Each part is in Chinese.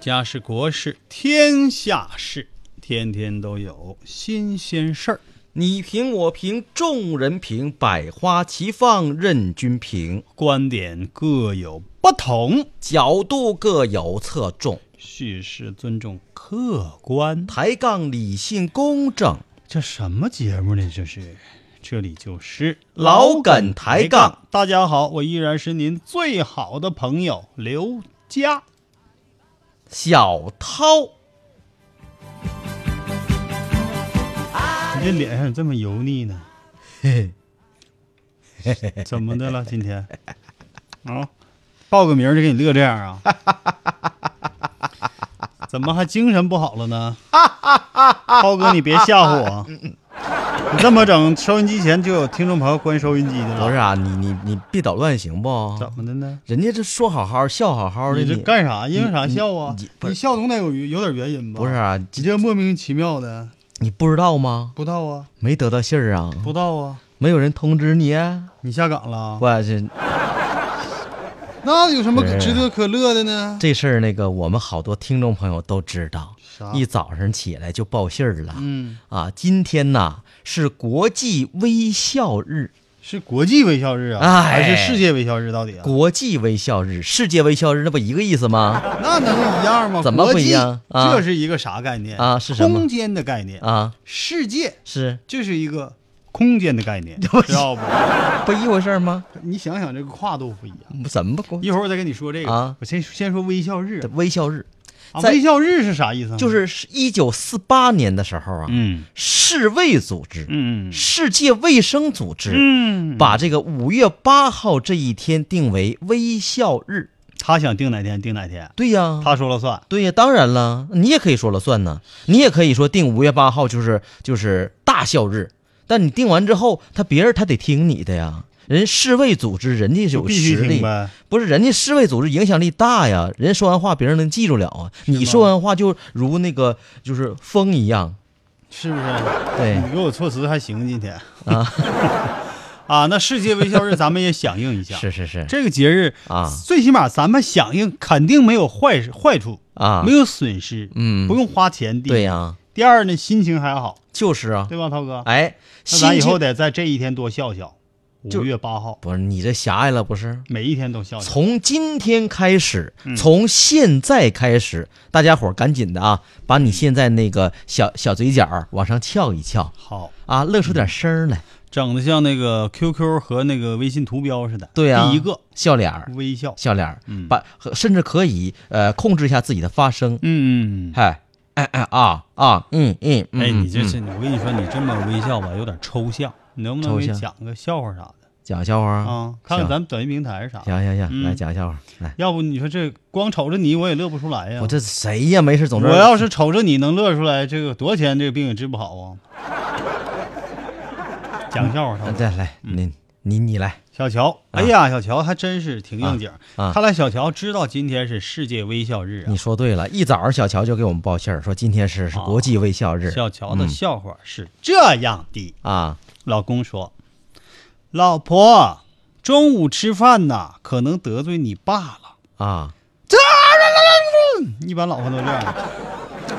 家事国事天下事，天天都有新鲜事儿。你评我评，众人评，百花齐放，任君评，观点各有不同，角度各有侧重，叙事尊重客观。抬杠理性公正，这什么节目呢？这是，这里就是老梗抬杠。大家好，我依然是您最好的朋友刘佳。小涛你这脸上这么油腻 呢？怎么的了？今天啊，报个名儿就给你乐这样啊？怎么还精神不好了呢？涛哥，你别吓唬我！你这么整，收音机前就有听众朋友关收音机的不是了。啊，你你你别捣乱行不？怎么的呢？人家这说好好，笑好好的，你这你干啥？因为啥笑啊你你？不是你笑总得有有点原因吧？不是，啊？你这这莫名其妙的，你不知道吗？不到啊，没得到信儿啊？不到啊，没有人通知你啊？你下岗了？我这那有什么可不是值得可乐的呢？这事儿，那个我们好多听众朋友都知道，啥一早上起来就报信儿了。嗯。啊，今天呐是国际微笑日，是国际微笑日啊，哎还是世界微笑日？到底啊？国际微笑日，世界微笑日，那不一个意思吗？那能一样吗？怎么不一样国际啊这是一个啥概念啊是什么空间的概念。啊，世界是这是一个空间的概 念，我知道不？不一回事儿吗？你想想这个跨度不一 样。怎么不公？一会儿我再跟你说这个，啊我先先说微笑日。微笑日啊、在微笑日是啥意思呢？就是一九四八年的时候啊，嗯世卫组织、嗯世界卫生组织嗯，把这个五月八号这一天定为微笑日。他想定哪天定哪天，对呀、他说了算。对呀，当然了，你也可以说了算呢，你也可以说定五月八号就是就是大笑日，但你定完之后，他别人他得听你的呀。人世卫组织人家是就有必须实听力，呗，不是人家世卫组织影响力大呀，人说完话别人能记住了啊，吗你说完话就如那个就是风一样，是不是？对你给我措辞还行，今天 啊啊，那世界微笑日咱们也响应一下，是是是这个节日啊最起码咱们响应肯定没有坏事坏处，啊没，有损失，嗯不用花钱。第一对呀、第二呢，心情还好，就是啊，对吧，涛哥？哎，那咱心以后情得在这一天多笑笑。就五月八号，不是你这狭隘了不是？每一天都笑笑。从今天开始，嗯从现在开始，大家伙儿赶紧的啊，把你现在那个小小嘴角儿往上翘一翘好，啊，乐出点声儿来。整的像那个 QQ 和那个微信图标似的。对呀、第一个笑脸儿，微笑。笑脸儿，嗯把和甚至可以呃控制一下自己的发声。嗯嗯嗨，哎哎啊啊，嗯嗯，嗯。嗯哎，你这嗯是我跟你说，你这么微笑吧，有点抽象。你能不能抽给象讲个笑话啥的讲笑话啊？看看嗯行咱们短信平台是啥？行行行，嗯来讲笑话，来，要不你说这光瞅着你我也乐不出来呀。我这谁呀？没事总之我要是瞅着你能乐出来，这个多少钱这个病也治不好啊！讲笑话，他啊们再来，嗯你你你来，小乔，哎呀，小乔还真是挺应景。啊看来小乔知道今天是世界微笑日啊你。说对了，一早上小乔就给我们报信儿，说今天是是嗯国际微笑日。小乔的笑话是这样的：啊，老公说：“老婆，中午吃饭呐，可能得罪你爸了。啊，”一般老婆都这样。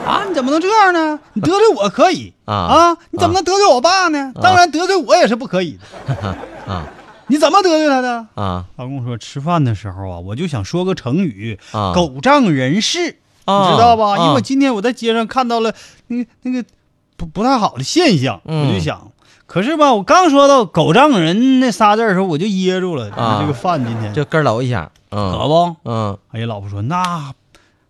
啊！你怎么能这样呢？你得罪我可以 啊你怎么能得罪我爸呢？当然得罪我也是不可以的。 啊你怎么得罪他的？啊老公说，吃饭的时候啊，我就想说个成语“啊！狗仗人势”，啊你知道吧？啊因为今天我在街上看到了那个那个不不太好的现象，嗯我就想，可是吧，我刚说到“狗仗人”那仨字儿的时候，我就噎住了。啊这个饭今天就咯楼一下，可嗯不？嗯，哎呀，老婆说那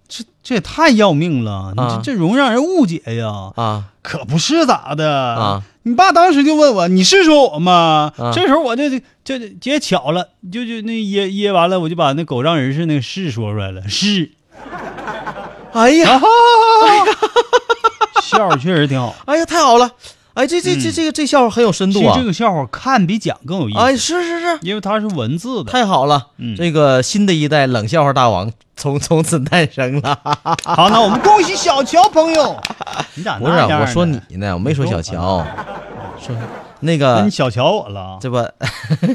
这这也太要命了，你这啊这容易让人误解呀。啊，可不是咋的啊！你爸当时就问我：“你是说我吗？”啊这时候我就就就就也巧了，就就那噎噎完了，我就把那狗让人是那个是说出来了， 是。哎呀，啊哈，笑话确实挺好，哎呀，太好了！哎，这这这这个这笑话很有深其度实啊这！个笑话看比讲更有意思，哎，是是是，因为它是文字的。太好了！嗯这个新的一代冷笑话大王从 从此诞生了。好，那我们恭喜小乔朋 友。你咋不是、啊那样呢啊我说你，呢，我没说小乔，说那那个你小瞧我了啊？这不，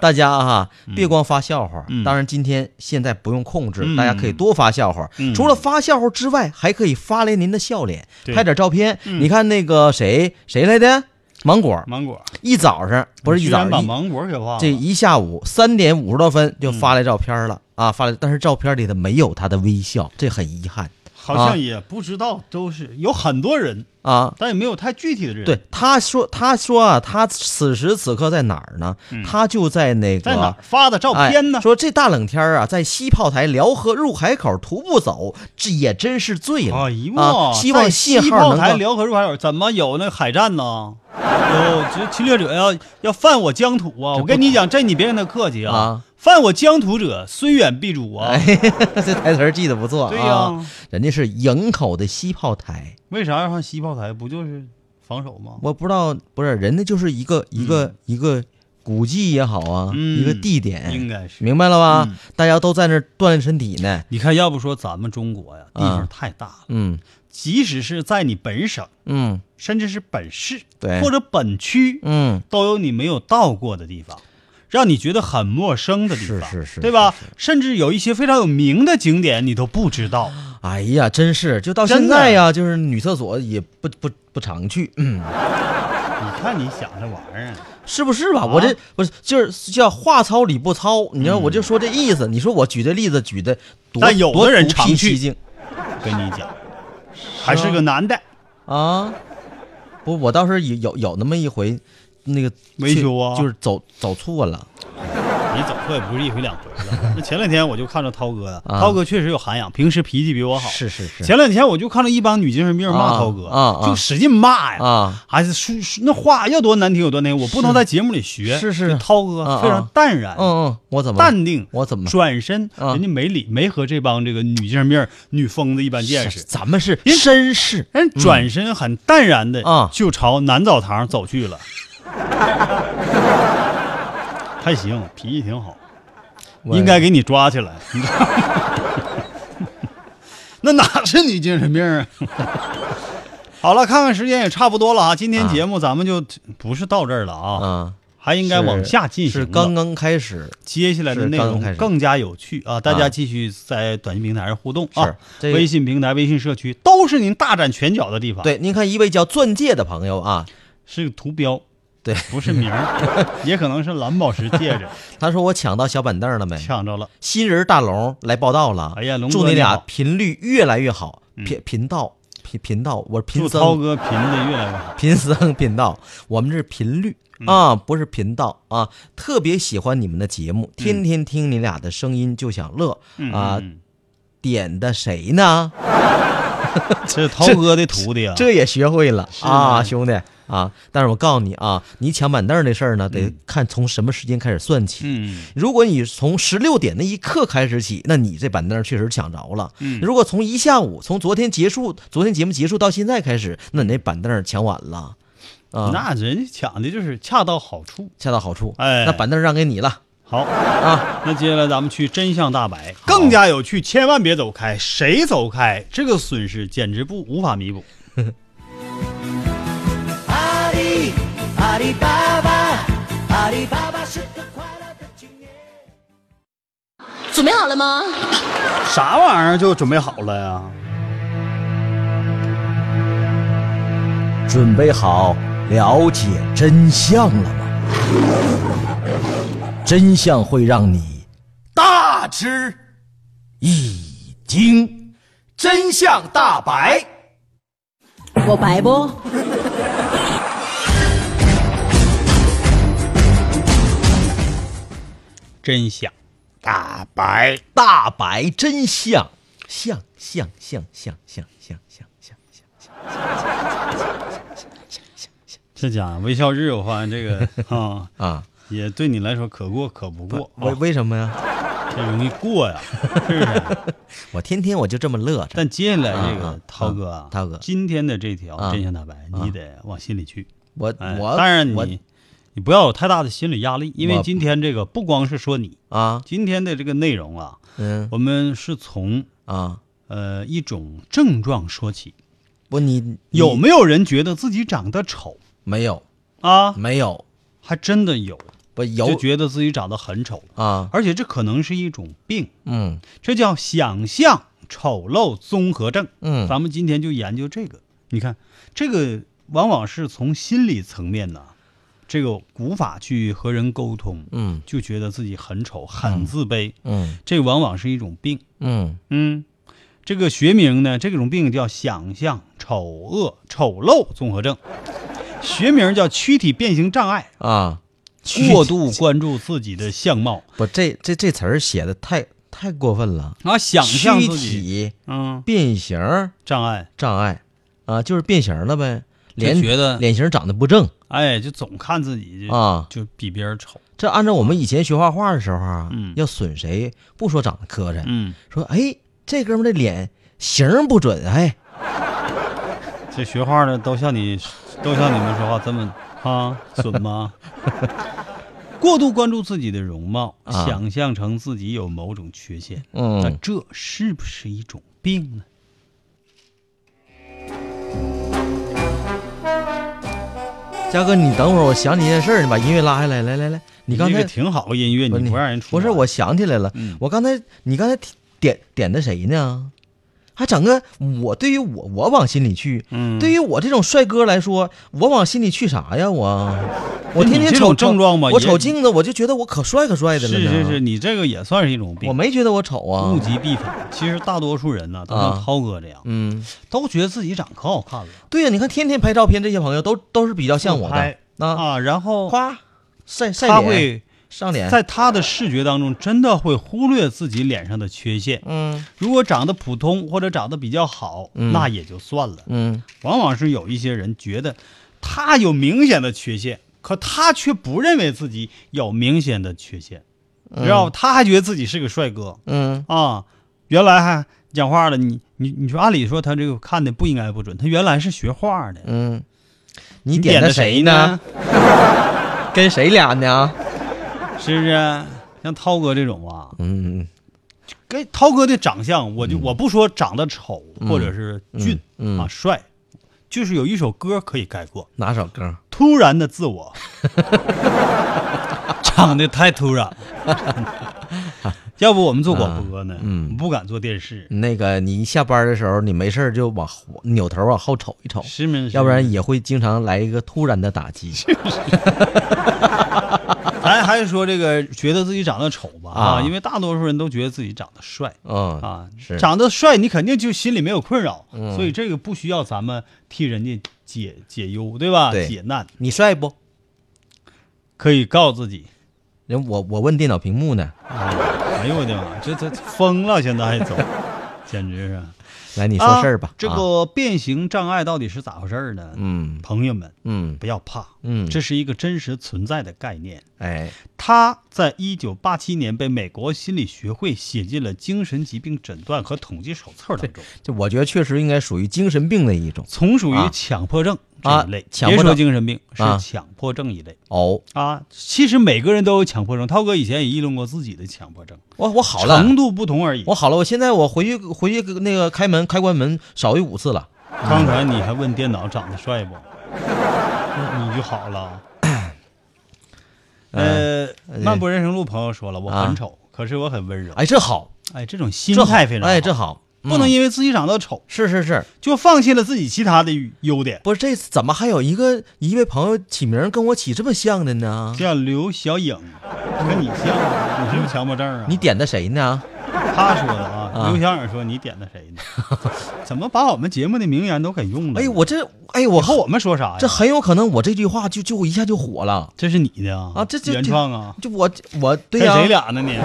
大家啊哈、别光发笑话。嗯当然，今天现在不用控制，嗯大家可以多发笑话。嗯除了发笑话之外，还可以发来您的笑脸，对嗯拍点照片。你看那个谁谁来的芒果，芒嗯果一早上不是一居早然把上一芒果给嗯忘了。这一下午三点五十多分就发来照片了、啊，发来，但是照片里的没有他的微笑，这很遗憾好啊像也不知道，都是有很多人，啊。但也没有太具体的人。对，，他说，他说啊，他此时此刻在哪儿呢？他就在那个嗯在哪儿发的照哎片呢？说这大冷天儿啊，在西炮台辽河入海口徒步走，这也真是醉了。哎呦，啊，希望在信西号炮台 能够辽河入海口怎么有那海战呢？有这侵略者要要犯我疆土啊！我跟你讲，这你别跟他客气啊哎啊！犯我疆土者，虽远必诛啊！这台词儿记得不错对啊呀。人家是营口的西炮台，为啥要上西炮台？不就是防守吗？我不知道，不是人家就是一个一个一个古迹也好啊，嗯一个地点，应该嗯是。明白了吧？大家都在那儿锻炼身体呢。你看，要不说咱们中国呀，地啊方太大了，嗯即使是在你本省，嗯，甚至是本市，对或者本区，嗯，都有你没有到过的地方，让你觉得很陌生的地方，是是是对吧？甚至有一些非常有名的景点你都不知道，哎呀，真是就到现真的在呀、就是女厕所也不不不常去。嗯。你看你想这玩意儿，啊是不是吧？我这不是就是叫话糙理不糙，你知道我就说这意思。你说我举这例子举的多嗯但有的多人独常辟去蹊径跟你讲，还是个男的啊！不，我倒是有有有那么一回，那个维去修啊就是走走错了你走错也不是一回两回 了。那前两天我就看着涛哥了，啊涛哥确实有涵养，平时脾气比我好。是是是前两天我就看着一帮女精神病啊骂涛哥，啊啊就使劲骂呀，啊！还是说说那话要多难听有多难听，我不能在节目里学。是是就涛啊哥啊非常淡然，嗯嗯，我怎么了淡定，我怎么了转身？啊人家没理，没和这帮这个女精神病、女疯子一般见识。咱们是人绅士，人转身很淡然的啊就朝男澡堂走去了， 还行，脾气挺好，我应该给你抓起来。你知道吗 那哪是你精神病啊？ 好了，看看时间也差不多了啊，今天节目咱们就不是到这儿了啊，啊，还应该是往下进行是了。刚刚开始。接下来的内是刚容开始更加有趣啊！大啊家继续在短信平台上互动啊是，这个微信平台、微信社区都是您大展拳脚的地方。，对，您看一位叫钻戒的朋友啊，是图标，对，不是名 儿，也可能是蓝宝石戒指，他说我抢到小板凳了没？抢着了。新人大龙来报道了。哎呀龙哥祝你你俩好嗯频率越来越好，频频道频频道，我是祝频涛僧哥贫的越来越 好，频僧频道，我们这是频率嗯啊，不是频道啊。特别喜欢你们的节目，天天听你俩的声音就想乐啊。嗯啊点的谁呢？这是涛哥的徒弟啊！这也学会了啊，吗兄弟啊！但是我告诉你啊，你抢板凳这事儿呢，得看从什么时间开始算起。嗯，如果你从十六点那一刻开始起，那你这板凳确实抢着了。嗯如果从一下午，从昨天结束，昨天节目结束到现在开始，那你那板凳抢晚了，啊、那人家抢的就是恰到好处。恰到好处。哎那板凳让给你了好，啊！那接下来咱们去真相大白，更加有趣，千万别走开，谁走开，这个损失简直不无法弥补。准备好了吗？啥玩意儿就准备好了呀？准备好了解真相了吗？真相会让你大吃一惊，真相大白。我白不？真相大白。大白真相，像像像像像像像像像像像像像像这家伙微笑日，我发现这 个啊，啊。也对你来说可过可不过，为啊为什么呀？这容易过呀， 是不是？我天天我就这么乐着。但接下来这啊啊个涛哥啊，涛哥今天的这条啊真相大白，你得往心里去。我哎我当然我你你不要有太大的心理压力，因为我今天这个不光是说你，啊今天的这个内容啊，嗯我们是从啊，呃一种症状说起。我你有你没有人觉得自己长得丑没有啊？没有还真的有，不有就觉得自己长得很丑，啊而且这可能是一种病，嗯这叫想象丑陋综合症。嗯咱们今天就研究这个。你看，这个往往是从心理层面呢，这个无法去和人沟通，嗯就觉得自己很丑、很自卑，嗯这往往是一种病。嗯嗯，这个学名呢，这种病叫想象丑恶丑陋综合症，学名叫躯体变形障碍，啊，过度关注自己的相貌不这这这词儿写的太太过分了，啊，想象躯自己，体嗯，变形儿障碍，障碍啊，就是变形了呗，脸觉得嗯脸型长得不正哎，就总看自己就啊。就比别人丑，这按照我们以前学画画的时候啊，嗯要损谁不说长得磕碜，嗯，说哎这哥们儿的脸形儿不准，哎这学画的都像你，都像你们说话这么啊损吗？ 过度关注自己的容貌，啊想象成自己有某种缺陷，那嗯这是不是一种病呢？嘉哥，你等会儿，我想起一件事儿，你把音乐拉下来，来来来，你刚这才个挺好音乐，不你你不让人出不是来我想起来了，嗯我刚才你刚才提点点的谁呢？还整个我对于我我往心里去，嗯对于我这种帅哥来说，我往心里去啥呀？我我哎你天天这种瞅症状吧我也瞅镜子我就觉得我可帅可帅的是了呢。是是，你这个也算是一种病，我没觉得我丑啊物。极必反。其实大多数人呢，都像啊涛哥这样，嗯，都觉得自己长可好看了对呀、你看天天拍照片，这些朋友都都是比较像我的拍啊，啊，然后夸晒晒他脸会上脸，在他的视觉当中，真的会忽略自己脸上的缺陷。嗯如果长得普通或者长得比较好，嗯那也就算了。嗯往往是有一些人觉得他有明显的缺陷，可他却不认为自己有明显的缺陷，你知道吧？他还觉得自己是个帅哥嗯啊！原来还讲话了，你你你说，按理说他这个看的不应该不准，他原来是学画的。嗯，你点的谁谁呢？？跟谁俩呢？是不是？像涛哥这种啊，嗯跟涛哥的长相，我就、我不说长得丑或者是俊、嗯嗯啊帅，就是有一首歌可以概括：哪首歌？突然的自我， 长得太突然了。要不我们做广播呢？嗯不敢做电视，那个你一下班的时候，你没事儿就往后扭头往后瞅一瞅，是吗？嗯要不然也会经常来一个突然的打击。咱还是说这个觉得自己长得丑吧啊因为大多数人都觉得自己长得帅。嗯啊，是嗯长得帅，你肯定就心里没有困扰，所以这个不需要咱们替人家解解忧，对吧？对解难你帅不？可以告自己，人我我问电脑屏幕呢，哎呦我的妈，这这疯了，现在还走，简直是。来你你说事儿吧。这啊个变形障碍到底是咋回事儿呢？嗯朋友们，嗯不要怕，嗯，这是一个真实存在的概念。哎它在一九八七年被美国心理学会写进了《精神疾病诊断和统计手册》当中，这我觉得确实应该属于精神病的一种从属于啊强迫症这啊一类。强别迫说症精神病，是啊强迫症一类哦。啊。其实每个人都有强迫症，涛哥以前也议论过自己的强迫症，我我好了，程度不同而已。我好了，我现在我回去回去那个开门开关门少于五次了。刚才你还问电脑长得帅不，你你就好了。嗯呃，漫步人生路朋友说了，我很丑，可是我很温柔。啊哎，这好，哎，这种心这好态非常好哎，这好，不能嗯因为自己长得丑是是是，就放弃了自己其他的优点。不是这次怎么还有一个一位朋友起名跟我起这么像的呢？叫刘小颖，跟你像吗，你是不是强迫症啊？你点的谁呢？他说的啊，啊刘小颖说你点的谁呢？ 怎么把我们节目的名言都给用了呢？哎，我这哎我以嗯后我们说啥呀？这很有可能我这句话就就一下就火了这是你的啊？啊！这就原创啊？ 就我我对跟呀、谁俩呢你？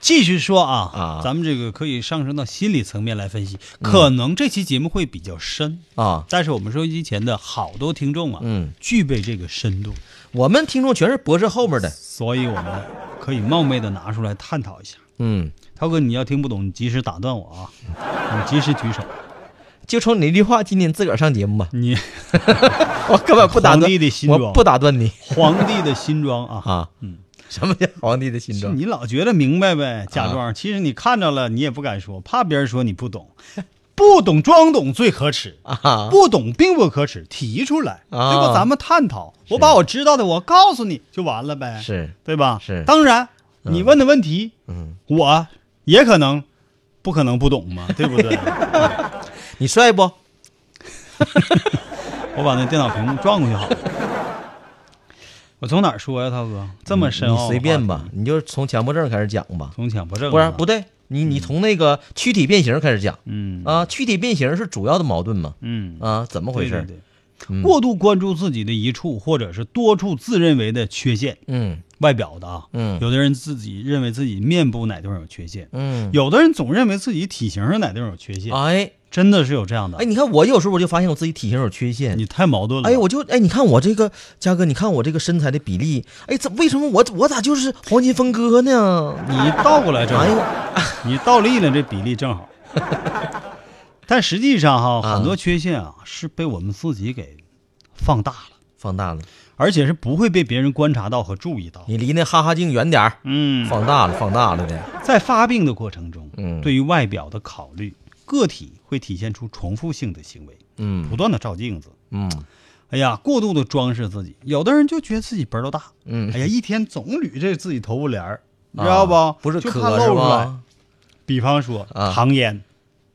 继续说啊啊嗯咱们这个可以上升到心理层面来分析，可能这期节目会比较深，啊，但是我们收音机前的好多听众啊，嗯，具备这个深度，我们听众全是博士后面的，所以我们可以冒昧的拿出来探讨一下。嗯，涛哥，你要听不懂，你及时打断我啊，你及时举手。就冲你那句话，今天自个儿上节目吧， 你我根本不打皇断帝的，新我装不打断你皇帝的新装啊，啊，嗯，什么叫皇帝的新是装？啊你老觉得明白呗，假装。其实你看着了，你也不敢说，怕别人说你不懂。不懂装懂最可耻啊不懂并不可耻，提出来，啊对吧？咱们探讨，我把我知道的我告诉你就完了呗，是对吧？是当然，你问的问题，嗯，我也可能不可能不懂嘛，对不对？ 你帅不？我把那电脑屏幕转过去好了。我从哪儿说呀、涛哥？这么深奥、你随便，吧，你就从强迫症开始讲吧，从强迫症啊，不然不对，你你从那个躯体变形开始讲嗯啊，躯体变形是主要的矛盾嘛，嗯，啊，怎么对回事对儿？对，嗯过度关注自己的一处或者是多处自认为的缺陷，嗯外表的啊，嗯有的人自己认为自己面部哪地方有缺陷，嗯，有的人总认为自己体型上哪地方有缺陷，哎真的是有这样的。哎，，你看我有时候我就发现我自己体型有缺陷，你太矛盾了。哎，我就哎，你看我这个嘉哥，你看我这个身材的比例，哎，怎为什么我我咋就是黄金分割呢？你倒过来正好，哎呦， 你倒立呢，这比例正 好。但实际上哈，很多缺陷啊是被我们自己给放大了，放大了，而且是不会被别人观察到和注意到。你离那哈哈镜远点儿，嗯，放大了，放大了的，在发病的过程中，嗯对于外表的考虑，个体会体现出重复性的行为，嗯不断的照镜子。嗯哎呀，过度的装饰自己，有的人就觉得自己本儿都大，嗯，哎呀，一天总捋这自己头发帘儿，你啊知道不？不是就磕怕露是出来。吧？比方说啊唐嫣，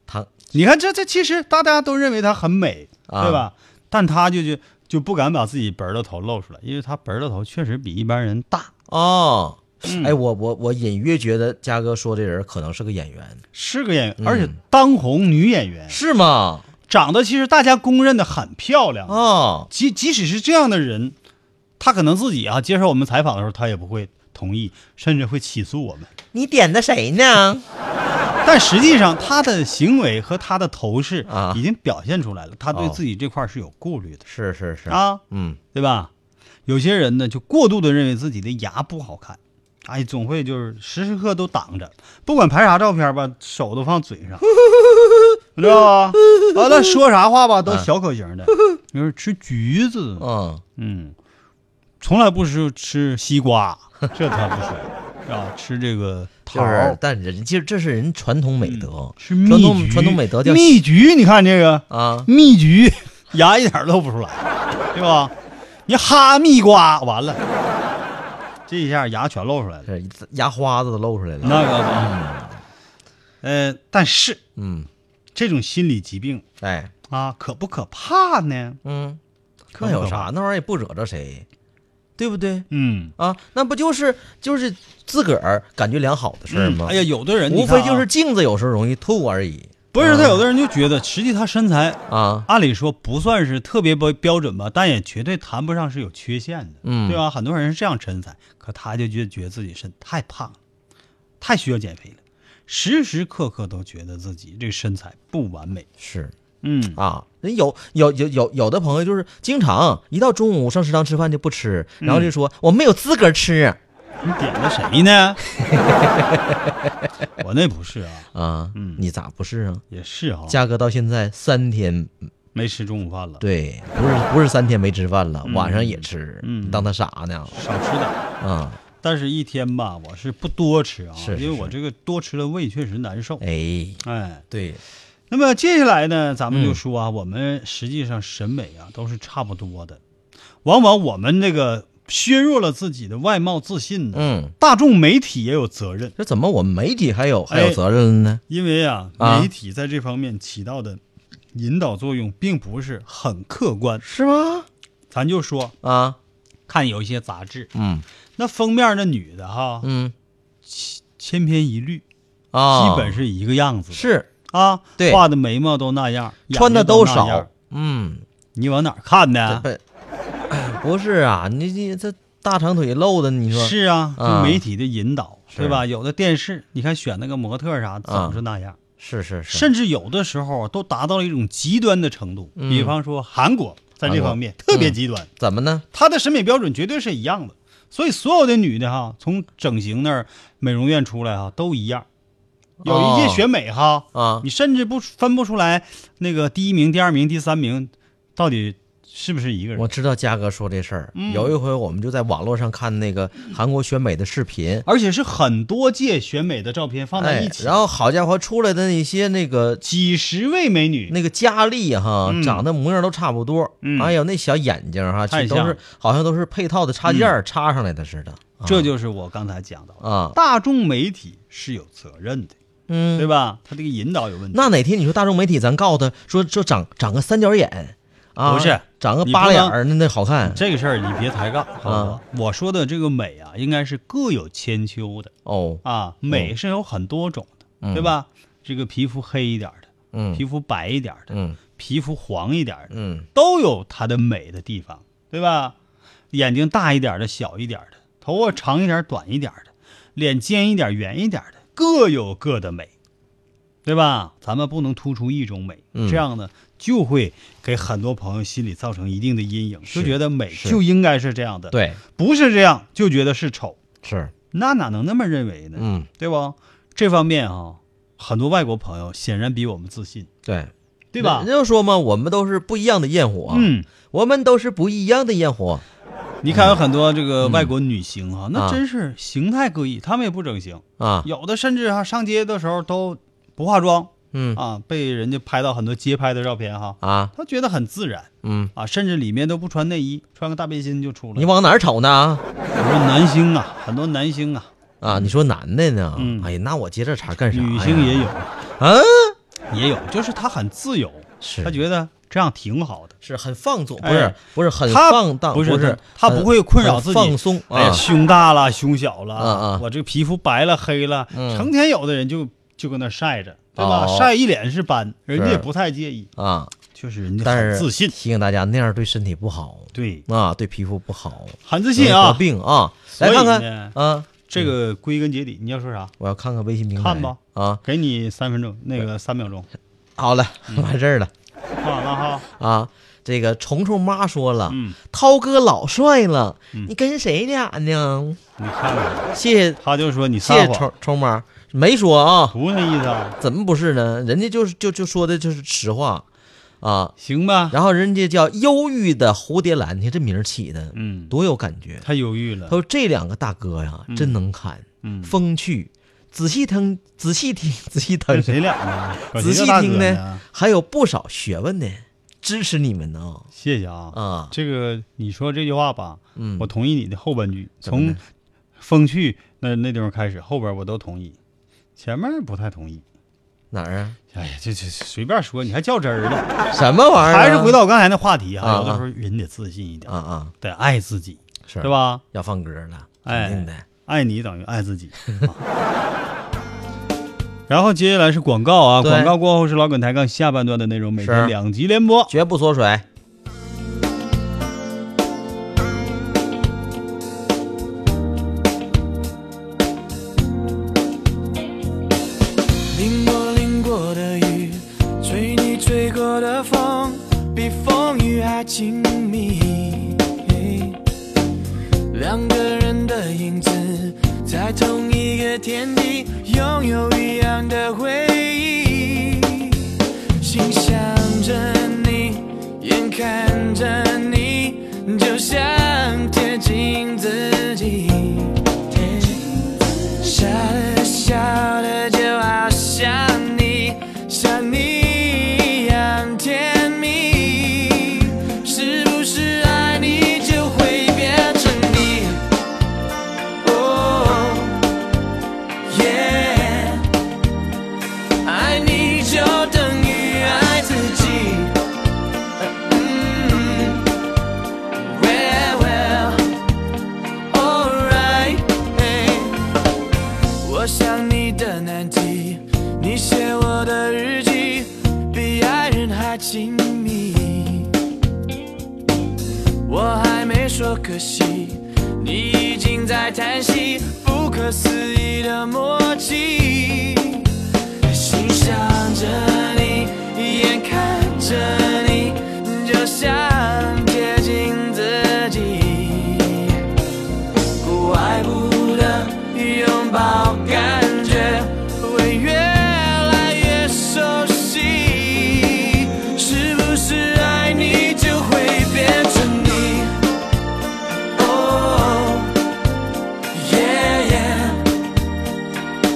唐你看这这其实大家都认为她很美，啊对吧？但她就就就不敢把自己本儿的头露出来，因为她本儿的头确实比一般人大，哦，嗯哎，我我我隐约觉得嘉哥说这人可能是个演员，是个演嗯员，而且当红女演员，是吗？长得其实大家公认的很漂亮。哦，即即使是这样的人，她可能自己啊接受我们采访的时候，她也不会同意，甚至会起诉我们。你点的谁呢？但实际上，他的行为和他的头饰啊已经表现出来了，他对哦自己这块儿是有顾虑的是是是，啊，嗯对吧？有些人呢，就过度的认为自己的牙不好看，哎，总会就是时时刻刻都挡着，不管拍啥照片吧，手都放嘴 上，你知道吧？完了说啥话吧，都小口型的，比如吃橘子，嗯，嗯，从来不吃吃西 瓜，这他不说啊，吃这个桃就儿。是，但人这这是人传统美德，是嗯传蜜统橘，传统美德叫蜜橘。你看这个啊，蜜橘， 牙一点儿露不出来，对吧？你哈密瓜完了，这一下牙全露出来了。这牙花子都露出来了。那个吧，呃，但是嗯，这种心理疾病哎，啊，可不可怕呢？嗯，可那不有可啥怕？？那玩意儿也不惹着谁，对不对？嗯，啊，那不就是就是自个儿感觉良好的事儿吗？哎呀，，有的人无你看非啊就是镜子有时候容易吐而已不是他，有的人就觉得，实际他身材啊。按理说不算是特别标标准吧，但也绝对谈不上是有缺陷的，嗯对吧？很多人是这样身材，可他就觉觉得自己身太胖了，太需要减肥了，时时刻刻都觉得自己这身材不完美。是嗯，啊，人有有有有有的朋友就是经常一到中午上食堂吃饭就不吃，然后嗯就说、我没有资格吃你点的谁呢？ 我那不是啊，啊。嗯哦你咋不是啊？也是哈、嘉哥到现在三天，没吃中午饭了，对，不是不是三天没吃饭了，晚上也吃，嗯你当他傻呢？少吃点。啊，但是一天吧，我是不多吃啊，是是因为我这个多吃了胃确实难受。哎，哎，对，那么接下来呢，咱嗯们就说啊，我们实际上审美啊都是差不多的，往往我们这个削弱了自己的外貌自信呢，嗯，大众媒体也有责任，这怎么我们媒体还有还有哎责任呢？因为啊，啊媒体在这方面起到的引导作用并不是很客观。是吗？咱就说，啊，看有一些杂志，嗯那封面的女的哈，嗯千篇一律，啊，基本是一个样子的是啊，对画的眉毛都那样，眼睛穿的都那样少，嗯， 你往哪儿看呢？这不，不是啊，你你这大长腿露的，你说是啊，就啊媒体的引导，是对吧？有的电视，你看选那个模特儿啥，总是那样，是是是，甚至有的时候都达到了一种极端的程度。嗯比方说韩国在这方面特别极端，怎么呢？她的审美标准绝对是一样的。所以所有的女的哈，从整形那儿美容院出来哈，都一样。有一届哦选美哈，啊你甚至不分不出来那个第一名、第二名、第三名到底是不是嗯一个人。我知道嘉哥说这事儿，有一回我们就在网络上看那个嗯韩国选美的视频，而且是很多届选美的照片放在哎一，起，然后好家伙，出来的那些那个几十位美女，那个佳丽哈，嗯长得模样都差不多，嗯哎呦，那小眼睛哈，太这都像是了好像都是配套的插件儿插上来的似的，啊这就是我刚才讲到的，啊，大众媒体是有责任的，嗯，对吧？他这个引导有问题。那哪天你说大众媒体咱告他说说长长个三角眼，啊，不是长个你八不脸能儿，那那好看这个事儿你别抬杠，好吧？我说的这个美啊，应该是各有千秋的哦，啊，美是有很多种的，嗯对？吧？这个皮肤黑一点儿的，嗯皮肤白一点儿的，嗯皮肤黄一点儿的，嗯都有它的美的地方，对吧？眼睛大一点的、小一点的，头发长一点、短一点的，脸尖一点、圆一点的，各有各的美，对吧？咱们不能突出一种美，嗯这样呢就会给很多朋友心里造成一定的阴影，是就觉得美是就应该是这样的，，对不是这样就觉得是丑，是那哪能那么认为呢？嗯对吧？这方面啊，很多外国朋友显然比我们自信，对对吧人？家就说嘛，我们都是不一样的焰火，啊嗯，。我们都是不一样的焰火，你看有很多这个外国女星啊，那嗯啊真是形态各异，她们也不整形，啊，有的甚至哈、上街的时候都不化妆嗯啊，被人家拍到很多街拍的照片哈、啊，她觉得很自然嗯，啊，甚至里面都不穿内衣，穿个大背心就出来。你往哪儿瞅呢？啊我说男星啊，很多男星啊，啊，你说男的呢？嗯哎呀，那我接这茬干啥呀？女星也有，嗯，也有，就是她很自由，是她觉得这样挺好的。是很放纵，不哎是不是很她放荡，不不是她很不会困扰自己很放松哎呀，啊，胸大了，胸小了，啊啊我这个皮肤白了，黑了，嗯成天有的人就就搁那晒着，对吧？哦晒一脸是斑，人家是也不太介意，啊，确实人家但是很自信，提醒大家，那样对身体不好对，啊，对皮肤不好，很自自信啊得。病啊。所来以看看呢啊，这个归根结底，你要说啥？我要看看微信平台。看吧啊，给你三分钟，那个三秒钟，好了，嗯完事儿了看完了哈。啊。这个虫虫妈说了，嗯，涛哥老帅了，你跟谁俩呢？你看看，谢谢他就说你谢撒谢谎，虫虫妈，没说啊，图那意思啊？怎么不是呢？人家就是就就说的就是实话啊。行吧，然后人家叫忧郁的蝴蝶兰，你看这名儿起的，嗯，多有感觉。太犹豫他了，说这两个大哥呀，真能侃，嗯，风趣，仔细听，仔细听， 仔细跟听，谁俩呢？管谁 仔细叫大哥听呢？，还有不少学问呢，支持你们呢谢谢啊啊，这个你说这句话吧，嗯我同意你的后半句，怎么从呢风趣那那地方开始，后边我都同意，前面不太同意。哪儿啊？哎呀，这这随便说，你还较真儿呢？什么玩意儿啊？还是回到我刚才那话题啊哈，有的时候人得自信一点啊，啊，得爱自己，是对？吧？要放歌了，哎肯定的。爱你等于爱自己。啊 然后接下来是广告啊，对广告过后是老滚抬杠下半段的内容，每是天两集联播。绝不缩水。淋过淋过的雨，吹你吹过的风，比风雨还亲密。两个人的影子在同一个天地，拥有一样的回忆。心想着你，眼看着你，就像贴近自己。笑了笑了，就好像你，像你一样甜蜜。是不是爱你就会变成你？哦，耶，爱你就等于爱自己。嗯，well well。哦在叹息，不可思议的默契。心想着你，眼看着你，就想贴近自己，怪不得拥抱感觉会越来越熟悉。是不是爱你就会变成你？哦，耶耶。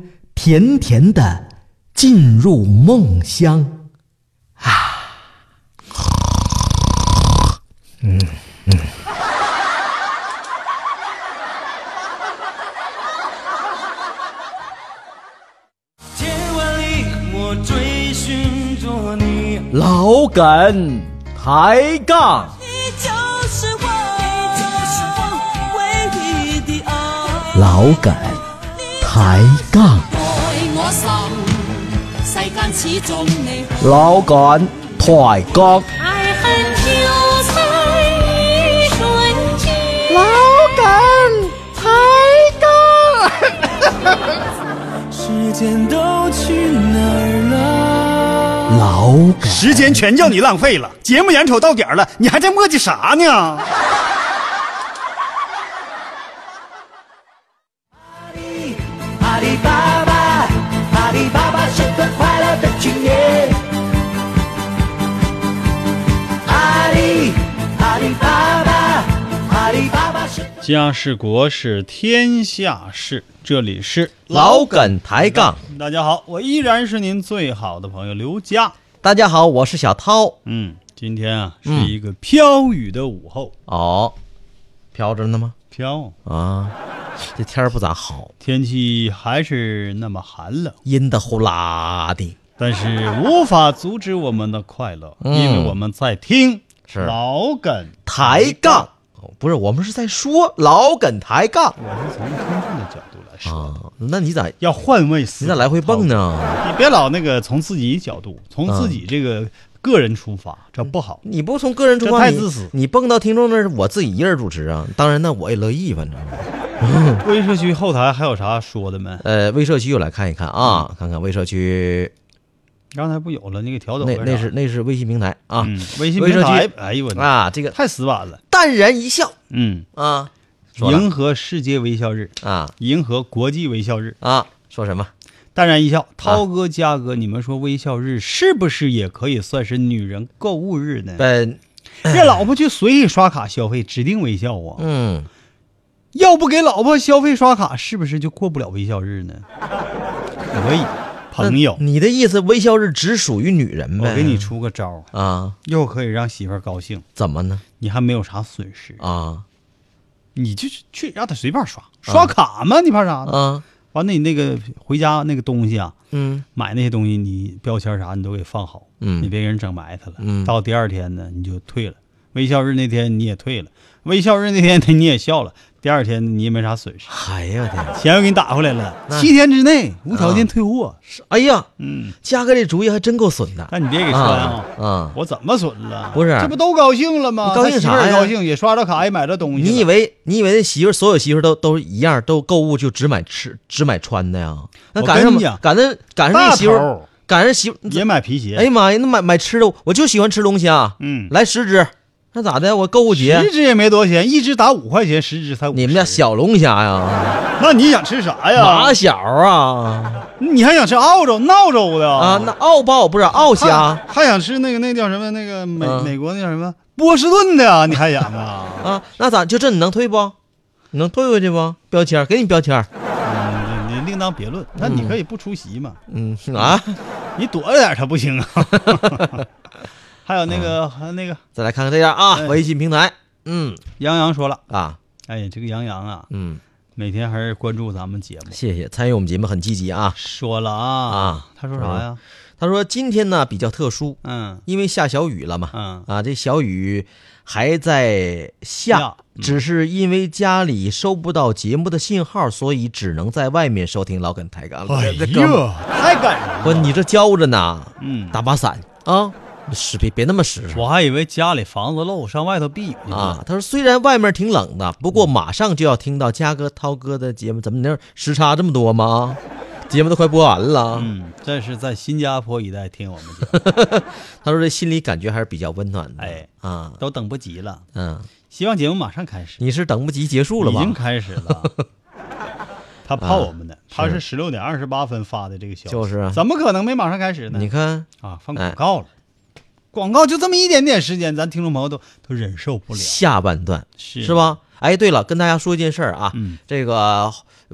甜甜的进入梦乡。夜晚里，我追寻着你。老梗抬杠，你就是我，你就是我唯一的爱。老梗抬杠，爱我心，世间始终你好。老梗抬杠，爱恨就在一瞬间。时间都去哪儿了？老梗时间全叫你浪费了，节目眼瞅到点儿了，你还在磨叽啥呢？阿里巴巴，阿里巴巴是个快乐的青年。阿里，阿里巴巴，阿里巴巴是。家是国是天下事，这里是老梗抬杠。大家好，我依然是您最好的朋友刘佳。大家好，我是小涛。嗯，今天啊是嗯一个飘雨的午后，哦，飘着呢吗？飘，啊，这天儿不咋好，天气还是那么寒冷，阴的呼啦的。但是无法阻止我们的快乐，嗯因为我们在听是老梗。抬杠，哦不是我们是在说老梗抬杠我是从听众的角度来说，啊？那你咋要换位思你考，咋来回蹦呢？你别老那个从自己角度，从自己这个个人出发，这不好。你不从个人出这发，太你自私你蹦到听众那儿，我自己一人主持啊。当然，那我也乐意，反正。嗯微社区后台还有啥说的没？呃，微社区又来看一看嗯啊，看看微社区，刚才不有了，你给调走那了。那是那是微信平台啊嗯，微信微平社台区，哎呦我的，啊，这个太死板了。淡然一笑嗯，啊，说了迎合世界微笑日，啊迎合国际微笑日，啊，说什么？淡然一笑。涛哥、嘉哥，你们说微笑日是不是也可以算是女人购物日呢？本让老婆去随意刷卡消费，指定微笑啊！嗯，要不给老婆消费刷卡，是不是就过不了微笑日呢？可以，朋友那，你嗯的意思，微笑日只属于女人呗？我给你出个招儿，啊，又可以让媳妇儿高兴，怎么呢？你还没有啥损失，啊你就去去让她随便刷刷卡嘛，你怕啥呢？啊完了，你那个回家那个东西啊，嗯买那些东西，你标签啥你都给放好，嗯你别给人整埋汰了。嗯到第二天呢，你就退了。微笑日那天你也退了，微笑日那天你也笑了，第二天你也没啥损失，哎呀我天，钱又给你打回来了，那七天之内无条件退货。哎呀，嗯，嘉哥这主意还真够损的。但你别给穿啊啊！啊！我怎么损了？不是这不都高兴了吗？你高兴啥呀他媳妇儿也高兴，也刷着卡，也买着东西了。你以为你以为那媳妇儿所有媳妇儿都都一样，都购物就只买吃只买穿的呀？那我赶跟上你讲赶上赶上大那媳妇儿，头赶上媳妇也儿，买皮鞋？哎呀妈呀，那买买吃的，我就喜欢吃龙虾，嗯来十只，那咋的？我购物节十只也没多少钱，一只打五块钱，十只才五。啊你们家，小龙虾呀，那你想吃啥马呀？小啊你还想吃澳洲、澳洲的啊，那澳鲍不是澳虾还，还想吃那个那叫什么那个美、嗯美国那叫什么波士顿的呀？你还想啊？ 啊，那咋就这你能退不？你能退回去不？标签儿给你标签儿，嗯嗯你你另当别论，那你可以不出席嘛？嗯啊，你躲着点他不 行啊。还有那个，还嗯有那个再来看看这样啊，哎微信平台，嗯杨洋说了，啊，哎呀，这个杨洋啊，嗯，每天还是关注咱们节目。谢谢参与我们节目很积极啊。说了啊啊他说啥呀？他说今天呢比较特殊，嗯因为下小雨了嘛，嗯啊，这小雨还在下下，只是因为家里收不到节目的信号，所以只能在外面收听老梗抬杠了。这哥们儿，太感人了。哎不，你这教着呢，嗯，打把伞啊，是别别那么实诚我还以为家里房子漏，上外头避雨去啊。。他说虽然外面挺冷的，不过马上就要听到嘉哥、涛哥的节目，怎么你那儿时差这么多吗？节目都快播完了。嗯，这是在新加坡一带听我们节目，他说这心里感觉还是比较温暖的。哎啊，都等不及了。嗯，希望节目马上开始，你是等不及结束了已吧啊经？开始了。 他泡我们的，他是十六点二十八分发的这个消息，就是啊怎么可能没马上开始呢？你哎看，啊，放广告了，广告就这么一点点时间，咱听众朋友都都忍受不了，下半段是是？吧？哎，对了，跟大家说一件事儿啊，嗯这个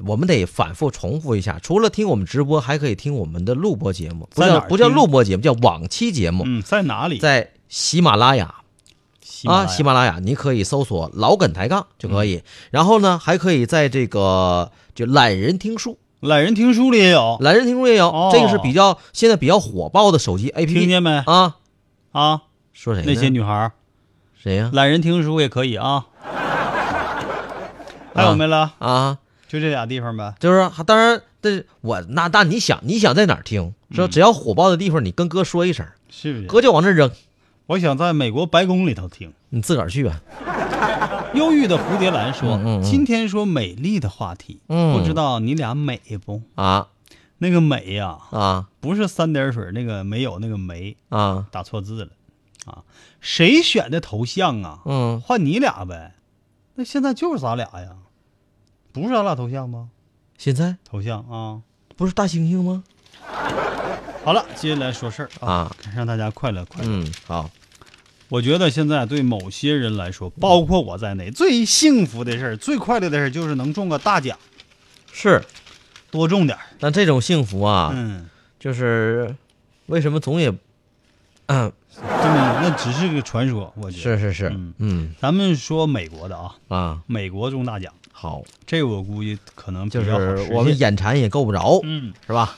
我们得反复重复一下，除了听我们直播，还可以听我们的录播节目，不在哪叫儿不叫听录播节目，叫往期节目，嗯，在哪里？在喜马拉雅喜啊，喜马拉雅，你可以搜索“老梗抬杠”就可以。嗯然后呢，还可以在这个就懒人听书，懒人听书里也有，懒人听书也有，哦这个是比较现在比较火爆的手机 APP。听见没？啊？嗯啊，说谁呢？那些女孩儿，谁呀、懒人听书也可以啊。 还有没了？啊？就这俩地方呗。就是当然，但是我那但你想你想在哪儿听？说嗯只要火爆的地方，你跟哥说一声，是不是？哥就往那儿扔，我想在美国白宫里头听。你自个儿去吧。忧郁的蝴蝶兰说：“嗯嗯嗯今天说美丽的话题，嗯不知道你俩美不？啊那个美呀、啊不是三点水那个没有那个没，啊！打错字了啊！谁选的头像啊？嗯，换你俩呗。那现在就是咱俩呀，不是咱俩头像吗？现在头像啊。不是大猩猩吗？好了，接下来说事儿啊，啊，让大家快乐快乐。嗯，好，我觉得现在对某些人来说，包括我在内，最幸福的事儿、最快乐的事儿就是能中个大奖，是。多中点儿。但这种幸福啊，嗯，就是为什么总也，嗯，这么那只是个传说，我觉得。是是是，嗯嗯咱们说美国的啊，啊，美国中大奖，好，这我估计可能比就较好实是现我们眼馋也够不着，嗯，是吧？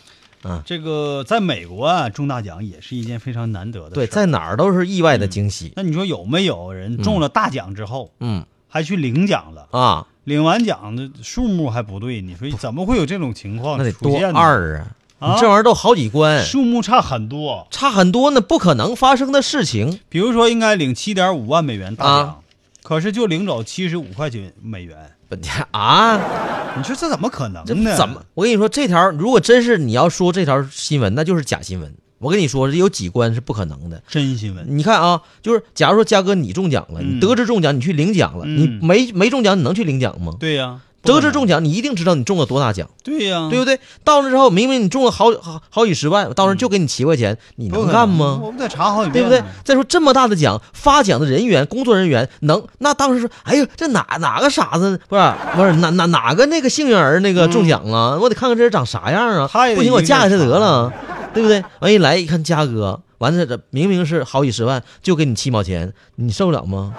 这个在美国啊中大奖也是一件非常难得的对，事。在哪儿都是意外的惊喜。那你说有没有人中了大奖之后、嗯还去领奖了？啊，领完奖的数目还不对，你说怎么会有这种情况那得哦出多现呢？二啊！啊你这玩意儿都好几关，数目差很多。差很多呢，不可能发生的事情比如说应该领七点五万美元大奖，啊可是就领走七十五块钱美元，本家啊，你说这怎么可能这呢？怎么？？我跟你说，这条如果真是你要说这条新闻，那就是假新闻。我跟你说，有几关是不可能的。真新闻？你看啊，就是假如说嘉哥你中奖了，嗯你得知中奖，你去领奖了，嗯你没没中奖，你能去领奖吗？对呀、不可得能知中，奖，你一定知道你中了多大奖，对呀、对不对？到那之后，明明你中了好好好几十万，到那就给你七块钱，嗯你不可啊能干吗？我们得查好几对遍不呢，对？再说这么大的奖，发奖的人员、工作人员能，那当时说，哎呦，这哪哪个傻子不是不是哪哪哪个那个幸运儿那个中奖啊？我得看看这人长啥样啊他也！得不行，我一个嫁给他人得查了，啊对不对？完一来一看，嘉哥，完了这明明是好几十万，就给你七毛钱，你受得了吗？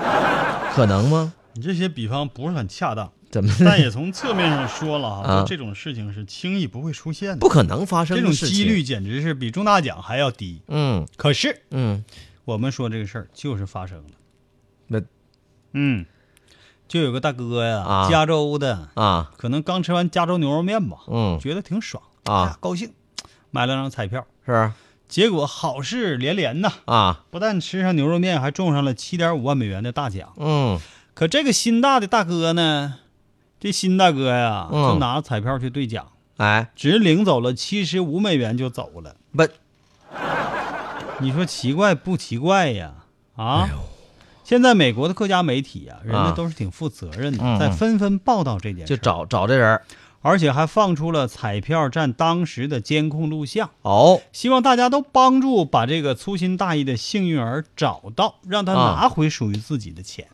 可能吗？你这些比方不是很恰 当，怎么但也从侧面上说了啊，啊就这种事情是轻易不会出现的，不可能发生这的种事几情率简直是比中大奖还要低。嗯可是嗯，我们说这个事儿就是发生了，那嗯，就有个大哥呀，啊加州的，啊可能刚吃完加州牛肉面吧，嗯觉得挺爽啊，高兴，买了张彩票，是结果好事连连呐，啊不但吃上牛肉面，还中上了七点五万美元的大奖。嗯可这个新大的大哥呢，这新大哥呀，嗯就拿着彩票去兑奖，哎只领走了七十五美元就走了。不你说奇怪不奇怪呀？啊？现在美国的各家媒体啊，人家哎啊都是挺负责任的，嗯嗯在纷纷报道这件事就儿，找找这人儿而且还放出了彩票站当时的监控录像。哦。希望大家都帮助把这个粗心大意的幸运儿找到，让他啊拿回属于自己的钱。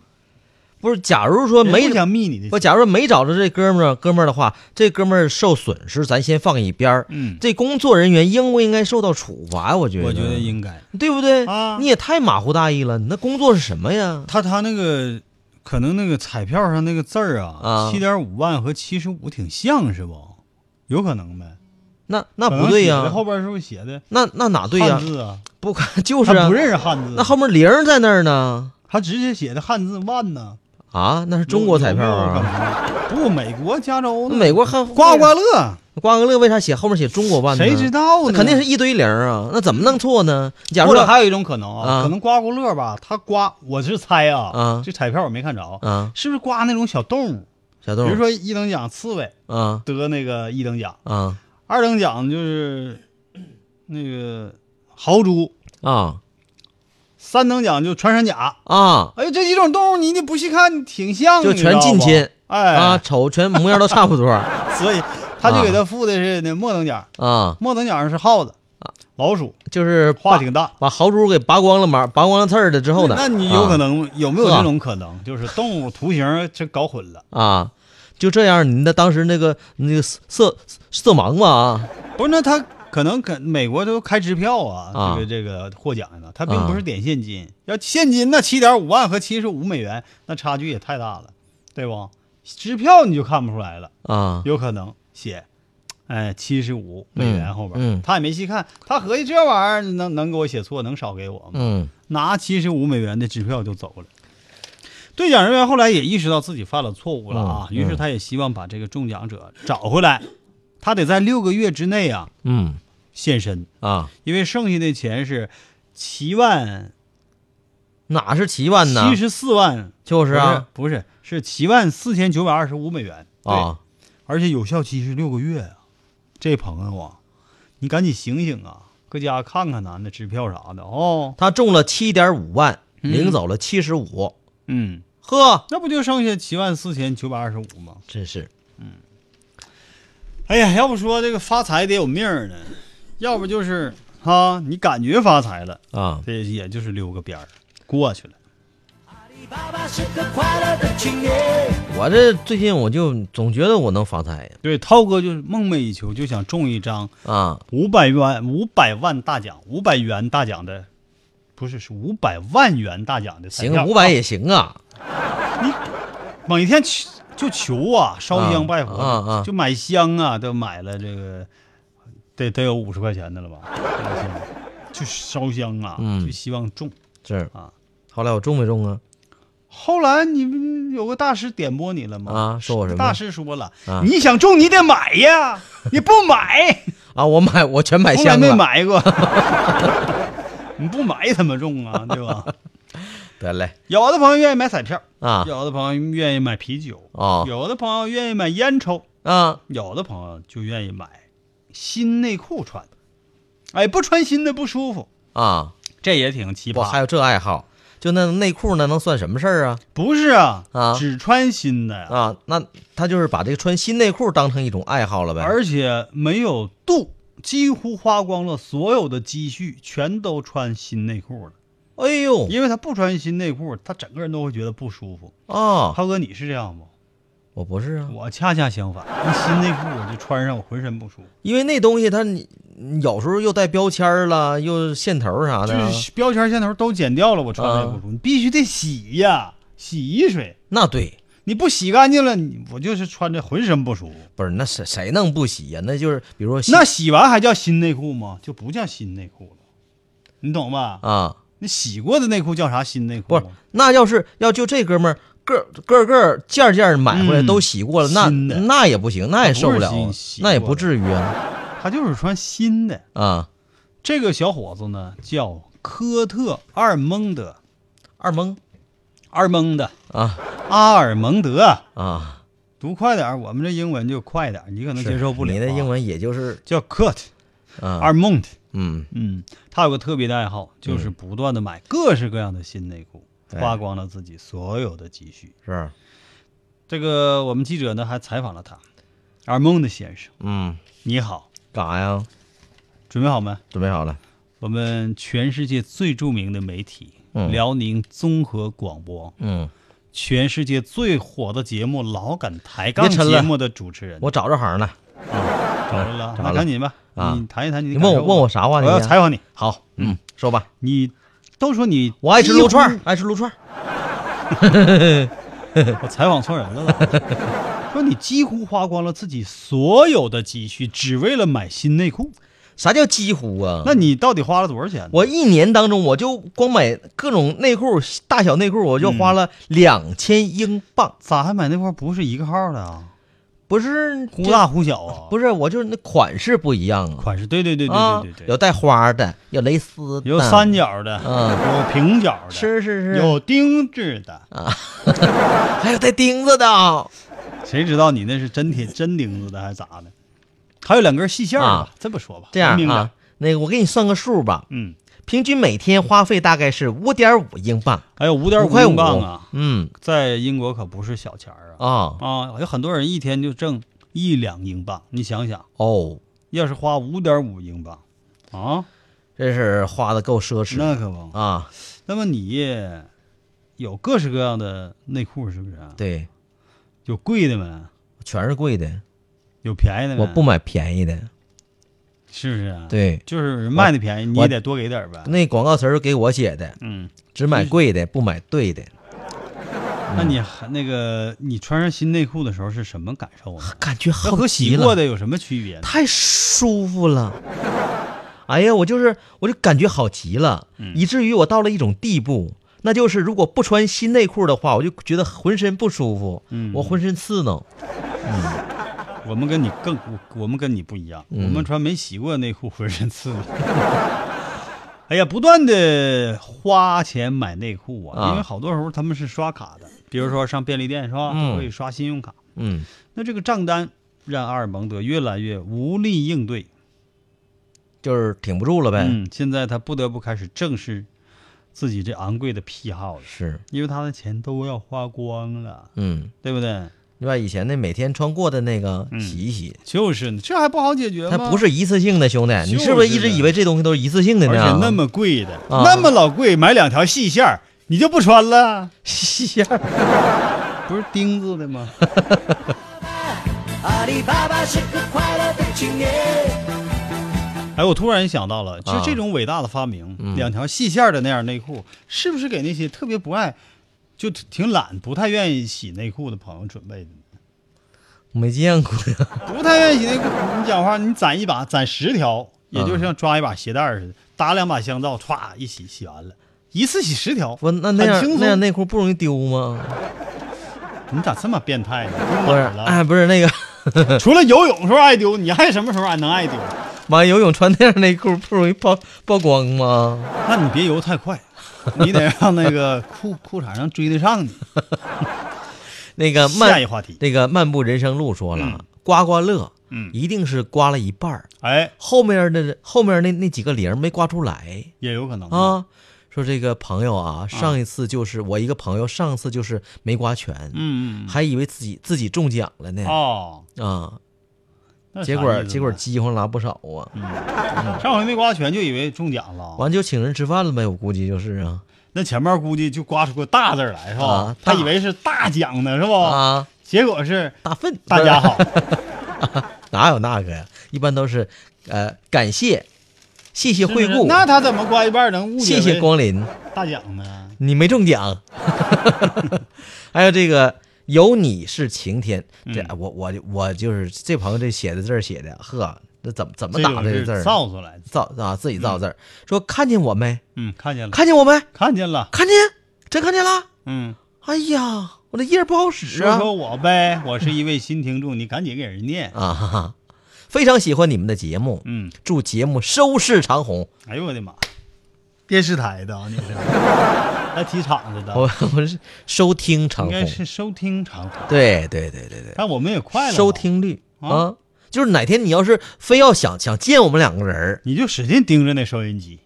不是，假如说没人不想密你的，不，假如没找着这哥们儿哥们儿的话，这哥们儿受损失，咱先放一边儿。嗯，这工作人员应不应该受到处罚？我觉得，我觉得应该。对不对？啊你也太马虎大意了。你那工作是什么呀？他他那个可能那个彩票上那个字儿啊啊，七点五万和七十五挺像是不？有可能呗？那那不对可呀、能写的后边是不是写的那那哪对呀、汉字啊？不， 就是他啊不，认识汉字，那后面零在那儿呢。他直接写的汉字万呢？啊，那是中国彩票啊。有没有可能？不，美国加州那呢美国还刮刮乐，刮个乐，为啥写后面写中国万呢？谁知道呢？那肯定是一堆零啊，那怎么弄错呢？假如或者说还有一种可能啊，啊可能刮刮乐吧，他刮，我是猜啊，啊这彩票我没看着，啊，是不是刮那种小动物？小比豆如说一等奖刺猬啊得那个一等奖，啊二等奖就是那个豪猪，啊三等奖就穿山甲。啊哎呦，这几种动物你你不细看挺像，就你知道全近吧亲哎啊，，瞅全模样都差不 多啊所以他就给他附的是那末等奖，啊，末等奖是耗子、老鼠，就是话把挺大。把豪猪给拔光了毛，拔光了刺儿的之后呢，那啊你有可能、有没有呵这种可能，就是动物图形这搞混了？啊啊就这样，你那当时那个那个色色色盲吧啊不是，那他可能可美国都开支票啊，啊这个这个获奖的，他并不是点现金，要现金那七点五万和七十五美元，那差距也太大了，对不？支票你就看不出来了，啊有可能写，哎，七十五美元后边，嗯嗯他也没细看，他合计这玩意儿能能给我写错，能少给我吗？嗯拿七十五美元的支票就走了。兑奖人员后来也意识到自己犯了错误了啊，嗯于是他也希望把这个中奖者找回来，他得在六个月之内啊嗯现身，啊，因为剩下的钱是七万哪是七万呢七？十四万，就是啊不是，不是是七万四千九百二十五美元对啊，而且有效期是六个月啊。这朋友啊，你赶紧醒醒啊，搁家看看咱的支票啥的哦。他中了七点五万，嗯领走了七十五，嗯，呵，那不就剩下七万四千九百二十五吗？真是哎呀，要不说这个发财得有命儿呢，要不就是哈，你感觉发财了，啊这也就是溜个边儿过去了。我这最近我就总觉得我能发财呀对，涛哥就是梦寐以求，就想中一张啊五百元、五百万大奖、五百元大奖的，不是是五百万元大奖的彩行票。，五百也行啊每天求就求啊，烧香拜佛，啊啊啊就买香啊，都买了这个，得得有五十块钱的了吧？ 买香就烧香啊，嗯就希望中。是啊。后来我中没中啊？后来你不有个大师点拨你了吗？啊说我什么大师说了，啊你想中你得买 呀，你不买，啊，我买 我全买从来香没了。买过， 你不买怎么中啊？对吧？得嘞有的朋友愿意买彩票，啊有的朋友愿意买啤酒，哦有的朋友愿意买烟抽，啊有的朋友就愿意买新内裤穿。哎，不穿新的不舒服，啊！这也挺奇我还葩。有这爱好，就那内裤那能算什么事儿啊？不是啊，啊只穿新的呀，啊，那他就是把这个穿新内裤当成一种爱好了呗。而且没有度，几乎花光了所有的积蓄，全都穿新内裤了。哎呦因为他不穿新内裤，他整个人都会觉得不舒服。啊，涛哥，你是这样吗？我不是啊，我恰恰相反，那新内裤我就穿上，我浑身不舒服，因为那东西它你有时候又带标签儿了，又线头儿啥的，啊就是标签线头都剪掉了，我穿上也不舒服。嗯你必须得洗呀，洗衣水，那对。你不洗干净了，你我就是穿着浑身不舒服。不是，那谁谁能不洗呀、那就是比如说洗那洗完还叫新内裤吗？就不叫新内裤了，你懂吧？啊，你洗过的内裤叫啥新内不裤是吗？，那要是要就这哥们儿个个个件件买回来嗯都洗过了，那新的那也不行，那也受不那了不啊是洗洗，过那的也不至于啊他就是穿新的。啊！这个小伙子呢叫科特·阿尔蒙德，二蒙阿尔蒙德，啊阿尔蒙德，啊，读快点儿，我们这英文就快点儿，你可能是接受不了、啊你的英文也就是叫 Kurt 阿啊尔，蒙德，嗯，嗯，他有个特别的爱好，就是不断的买各式各样的新内裤，对花光了自己所有的积蓄。是，这个我们记者呢还采访了他，阿尔蒙德先生，嗯，你好，干啥呀？准备好没？准备好了？我们全世界最著名的媒体、嗯辽宁综合广播嗯全世界最火的节目《老梗抬杠》别抻节了目的主持人。我找着行了。找着了，找那着赶紧吧，啊你谈一谈你的你问我感受吧问我啥话我你要呀采访你。好，嗯，说吧。你都说你我爱吃几乎撸串儿，，爱吃撸串儿。我采访错人了吧？ 说你几乎花光了自己所有的积蓄，只为了买新内裤。啥叫几乎啊？那你到底花了多少钱？我一年当中，我就光买各种内裤，大小内裤，我就嗯花了两千英镑。咋还买那块不是一个号的啊？不是忽大忽小啊？不是是，我就是那款式不一样啊。款式，对对对对啊对对，对，有带花的，有蕾丝的，有三角的，嗯有平角的，是是是，有钉子的。嗯还有带钉子的啊。谁知道你那是真铁真钉子的还是咋的？还有两根细线儿吧啊，这么说吧，这样明白啊，，那个我给你算个数吧，嗯，平均每天花费大概是五点五英镑，还有五点五块英五镑啊，嗯在英国可不是小钱儿啊。啊啊，有很多人一天就挣一两英镑，你想想，哦，要是花五点五英镑，啊，这是花的够奢侈那可不。啊。那么你有各式各样的内裤是不是？对，有贵的没？全是贵的，有便宜的没？我不，买便宜的。是不是？，对，就是人卖的便宜，你我也得多给点儿呗。那广告词儿给我写的，嗯，只买贵的，不买对的，那你还那个你穿上新内裤的时候是什么感受啊？感觉那好和极洗了过。的有什么区别呢？太舒服了。哎呀，我就是我就感觉好极了，嗯以至于我到了一种地步，那就是如果不穿新内裤的话，我就觉得浑身不舒服，嗯我浑身刺挠。我们跟你更，我我们跟你不一样，嗯我们穿没洗过的内裤浑身刺挠。 哎呀，不断的花钱买内裤啊，啊因为好多时候他们是刷卡的，比如说上便利店是吧，嗯都可以刷信用卡。嗯，那这个账单让阿尔蒙德越来越无力应对，就是挺不住了呗。嗯，现在他不得不开始正视自己这昂贵的癖好了，是，因为他的钱都要花光了，嗯，对不对？另外以前那每天穿过的那个嗯洗一洗，就是呢，这还不好解决吗？它不是一次性的，兄弟，你就是是不是一直的以为这东西都是一次性的而呢？且那么贵的，啊那么老贵，买两条细线儿你就不穿了？细线儿 不是钉子的 吗？阿里巴巴是个快乐的青年。哎，我突然想到了，就啊嗯这种伟大的发明，两条细线儿的那样内裤，是不是给那些特别不爱、就挺懒、不太愿意洗内裤的朋友准备的呢？没见过呀。不太愿意洗内裤，你讲话，你攒一把，攒十条，也就像抓一把鞋带儿似的，搭两把香皂，歘一洗，洗完了。一次洗十条，我那那很轻样松那样内裤不容易丢吗？你咋这么变态呢？不是，了哎，不是那 个，除了游泳时候爱丢，你还什么时候爱能爱丢？妈，游泳穿那样内裤不容易曝曝光吗？ 那你别游太 快，你得让那个裤裤衩上追得上 你。那个下一漫话题，那个漫步人生路说了，刮刮乐，嗯一定是刮了一半儿，哎，后面的后面那那几个零儿没刮出来也有可能啊。，说这个朋友啊，上一次就是、我一个朋友，上次就是没刮全，嗯嗯还以为自己自己中奖了呢嗯，哦，啊，那结啥意果思呢嗯结果饥荒拉不少啊，上回没刮全就以为中奖了，完就请人吃饭了呗，我估计就是啊那前面估计就刮出个大字儿来是吧啊？他大以为是大奖呢是吧？啊，结果是大粪，哦大 家好，哪有那个呀？一般都是呃感谢，谢谢惠是不是顾，那他怎么刮一半能误解谢谢为光临。大奖呢？你没中奖。 还有这个有你是晴天，这嗯我我我就是这朋友这写的字儿写的，呵，这怎么怎么这打种这个是字儿？造嗯出来的，造啊，自己造字儿，说看见我没？嗯，看见了，看见我没？看见了，看见，真看见了。嗯。哎呀，我这页儿不好使说啊说我呗，我是一位新听众，你赶紧给人念。啊！哈哈，非常喜欢你们的节目，嗯，祝节目收视长虹。哎呦我的妈，电视台的啊，你 是来提厂子的， 我我是收听长应该虹，是收听厂红。对对对对对。但我们也快了，收，听率啊啊，就是哪天你要是非要想想见我们两个人儿你就使劲盯着那收音机，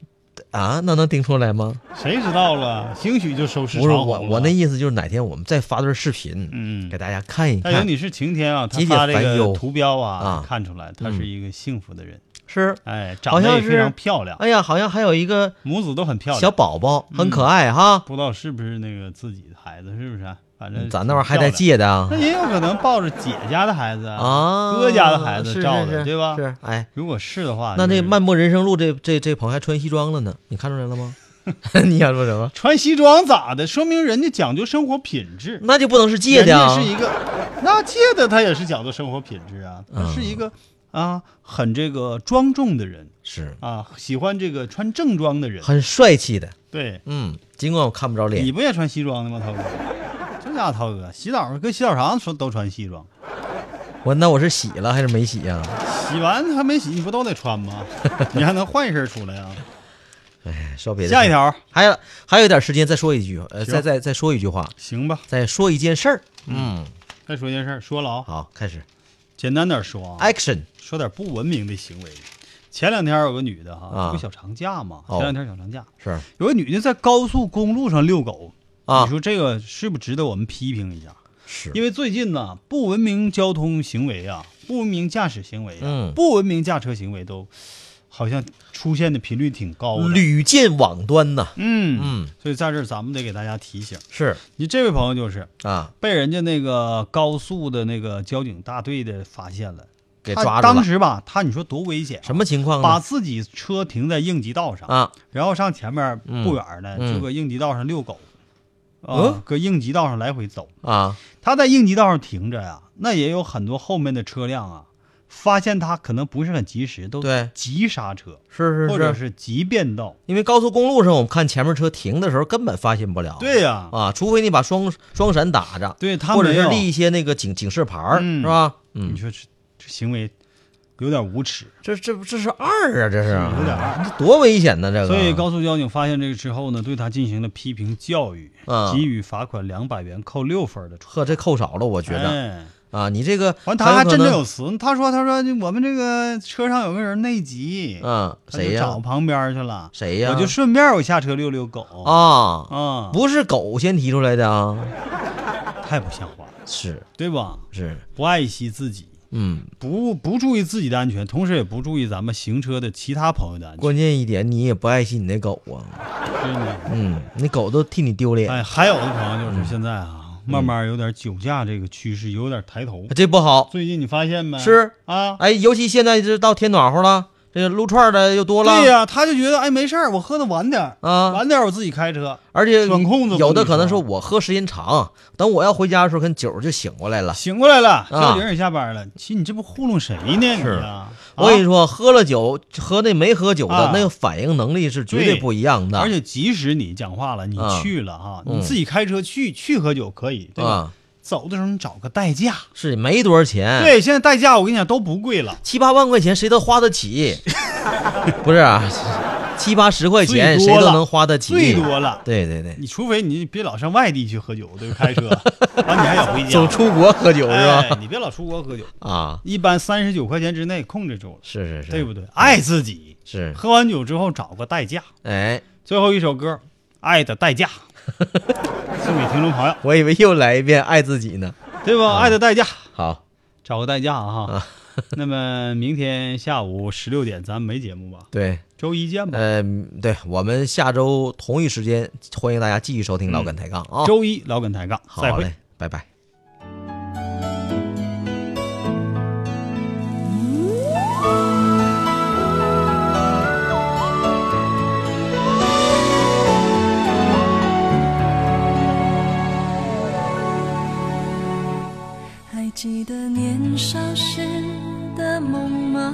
啊，那能盯出来吗？谁知道了，兴许就收视不是长虹我，了我那意思就是哪天我们再发段视频，嗯给大家看一但有看。你是晴天啊，他集体发这烦个忧图标啊，啊看出来他是一个幸福的人。是，哎，好长得像也非常是漂亮，哎呀，好像还有一个母子都很漂亮。嗯小宝宝，很可爱哈。嗯不知道是不是那个自己的孩子，是不是啊？反正咱那玩意儿还带在，借的啊那也有可能抱着姐家的孩子啊，哎哥家的孩子是照是的，是对吧？是，哎，如果是的话，那就这是《漫步人生路》这这这朋友还穿西装了呢，你看出来了 吗？你想说什么？穿西装咋的？说明人家讲究生活品质。那就不能是借人的家啊是一个，那借的他也是讲究生活品质啊，他是嗯一个啊很这个庄重的人是啊，喜欢这个穿正装的人。很帅气的，对，嗯，尽管我看不着你脸，不也穿西装的吗，涛哥？这家伙涛哥洗澡跟洗澡堂说都穿西装，我那我是洗了还是没洗啊呀？洗完还没洗，你不都得穿吗？你还能换一身出来啊？说别的，下一，条，还有还有一点时间再说一句，呃，行再再再说一句话，行吧？再说一件事儿，嗯，再说一件事儿，说了啊，好，开始简单点说啊， ，action，说点不文明的行为。前两天有个女的哈，啊这不小长假嘛，哦前两天小长假，是有个女的在高速公路上遛狗，啊你，说这个是不是值得我们批评一下？是因为最近呢，不文明交通行为啊，不文明驾驶行为啊，嗯不文明驾车行为都好像出现的频率挺高的。屡见网端呐，嗯嗯，所以在这儿咱们得给大家提醒，是你这位朋友就是啊，被人家那个高速的那个交警大队的发现了，给他抓住当了，时吧，他你说多危险啊、什么情况把呢？自己车停在应急道上，啊，然后上前面嗯不远呢，嗯就搁应急道上遛狗，啊、嗯搁应急道上来回走。啊，他在应急道上停着呀、那也有很多后面的车辆啊，发现他可能不是很及时，都对急刹车，是或是者是，是急变道。因为高速公路上我们看前面车停的时候根本发现不了，对呀、啊，除非你把双双闪打着，对他或者没是有，立一些那个警警示牌儿，嗯是吧？你嗯，说这这行为有点无耻。这这这是二啊，这是有点二这多危险呢！这个，所以高速交警发现这个之后呢，对他进行了批评教育，啊给予罚款两百元，扣六分的处。呵，这扣少了，我觉得哎啊，你这个完，很他有还可振振能有词。他说：“他说我们这个车上有个人内急，嗯，他就谁呀找？旁边去了。谁呀？我就顺便我下车遛遛狗啊，啊，哎不是狗先提出来的啊，太不像话了，是对吧？是，不爱惜自己，嗯，不不注意自己的安全，同时也不注意咱们行车的其他朋友的安全。关键一点你也不爱惜你那狗啊，真的，嗯，那狗都替你丢脸，哎，还有的朋嗯友就是现在啊，慢慢有点酒驾这个趋势，有点抬头。这不好。最近你发现没？是啊，哎，尤其现在这到天暖和了，这个撸串儿的又多了，对呀，他就觉得哎没事儿，我喝的晚点儿啊晚点儿我自己开车。而且管控都不有的力可能强说我喝时间长，等我要回家的时候，跟酒就醒过来了。醒过来了，交警也下班了。其实你这不糊弄谁呢？你啊是啊，我跟你说，喝了酒和那没喝酒的、啊那个反应能力是绝对对不一样的。而且即使你讲话了，你啊去了哈，嗯你自己开车去去喝酒可以，对吧？啊，走的时候你找个代驾，是没多少钱，，对，现在代驾我跟你讲都不贵了，七八万块钱谁都花得 起，不是、啊，七八十块钱最谁多了都能花得起，最多了。对对对，你除非你别老上外地去喝酒，对吧？ 开车，然后你还想回家，总出国喝酒是吧？哎，你别老出国喝酒，啊，一般三十九块钱之内控制住了，是是是，对不对？爱自己，是，喝完酒之后找个代驾。哎，最后一首歌《爱的代价》， 送给听众朋友，我以为又来一遍爱自己呢。对啊吧？爱的代价》。好，找个代驾啊哈。 那么明天下午十六点咱们没节目吧？对。周一见吧。呃，对，我们下周同一时间，欢迎大家继续收听《老梗抬杠》啊。周一老梗抬杠，再好会。嘞，拜拜。还记得年少时的梦吗？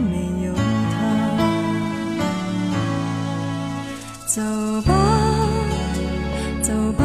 没有他，走吧，走吧，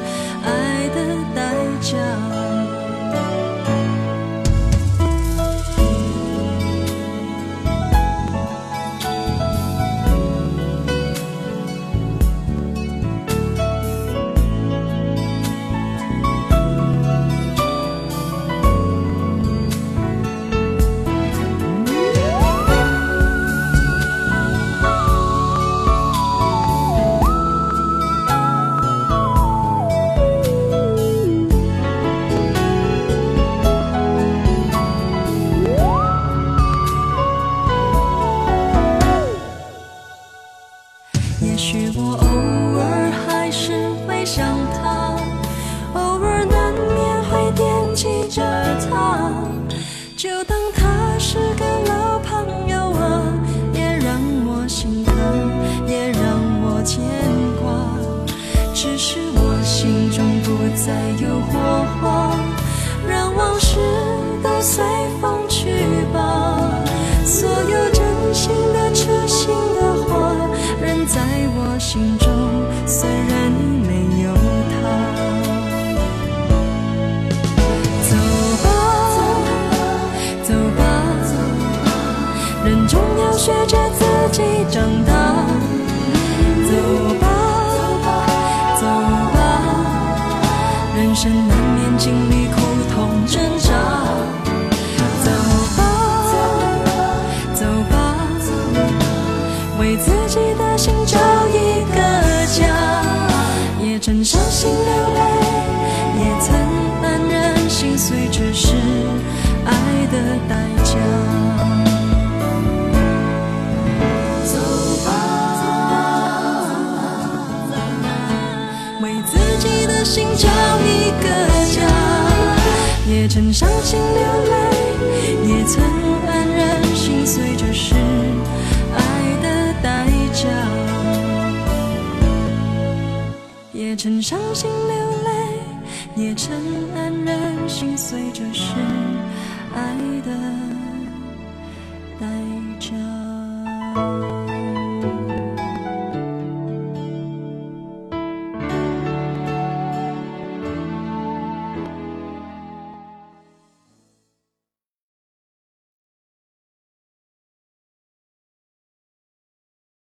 爱的代价。也许我偶尔还是会想他，偶尔难免会惦记着他，就当他是个老朋友啊，也让我心疼，也让我牵挂。只是我心中不再有火花，让往事都随风去吧。所有真心的、痴心的话，仍在我心中，虽然没有他。走吧，走吧，人总要学着自己长大。走吧，走吧，人生难免经历苦痛挣扎。走吧，走吧，为自己的心找一个家。也曾伤心流泪，也曾黯然心碎，这是爱的代价。走吧，为自己的心找一个家。也曾伤心流泪，也曾黯然心碎，这是爱的代价。也曾伤心流泪，也曾黯然心碎，这是爱的。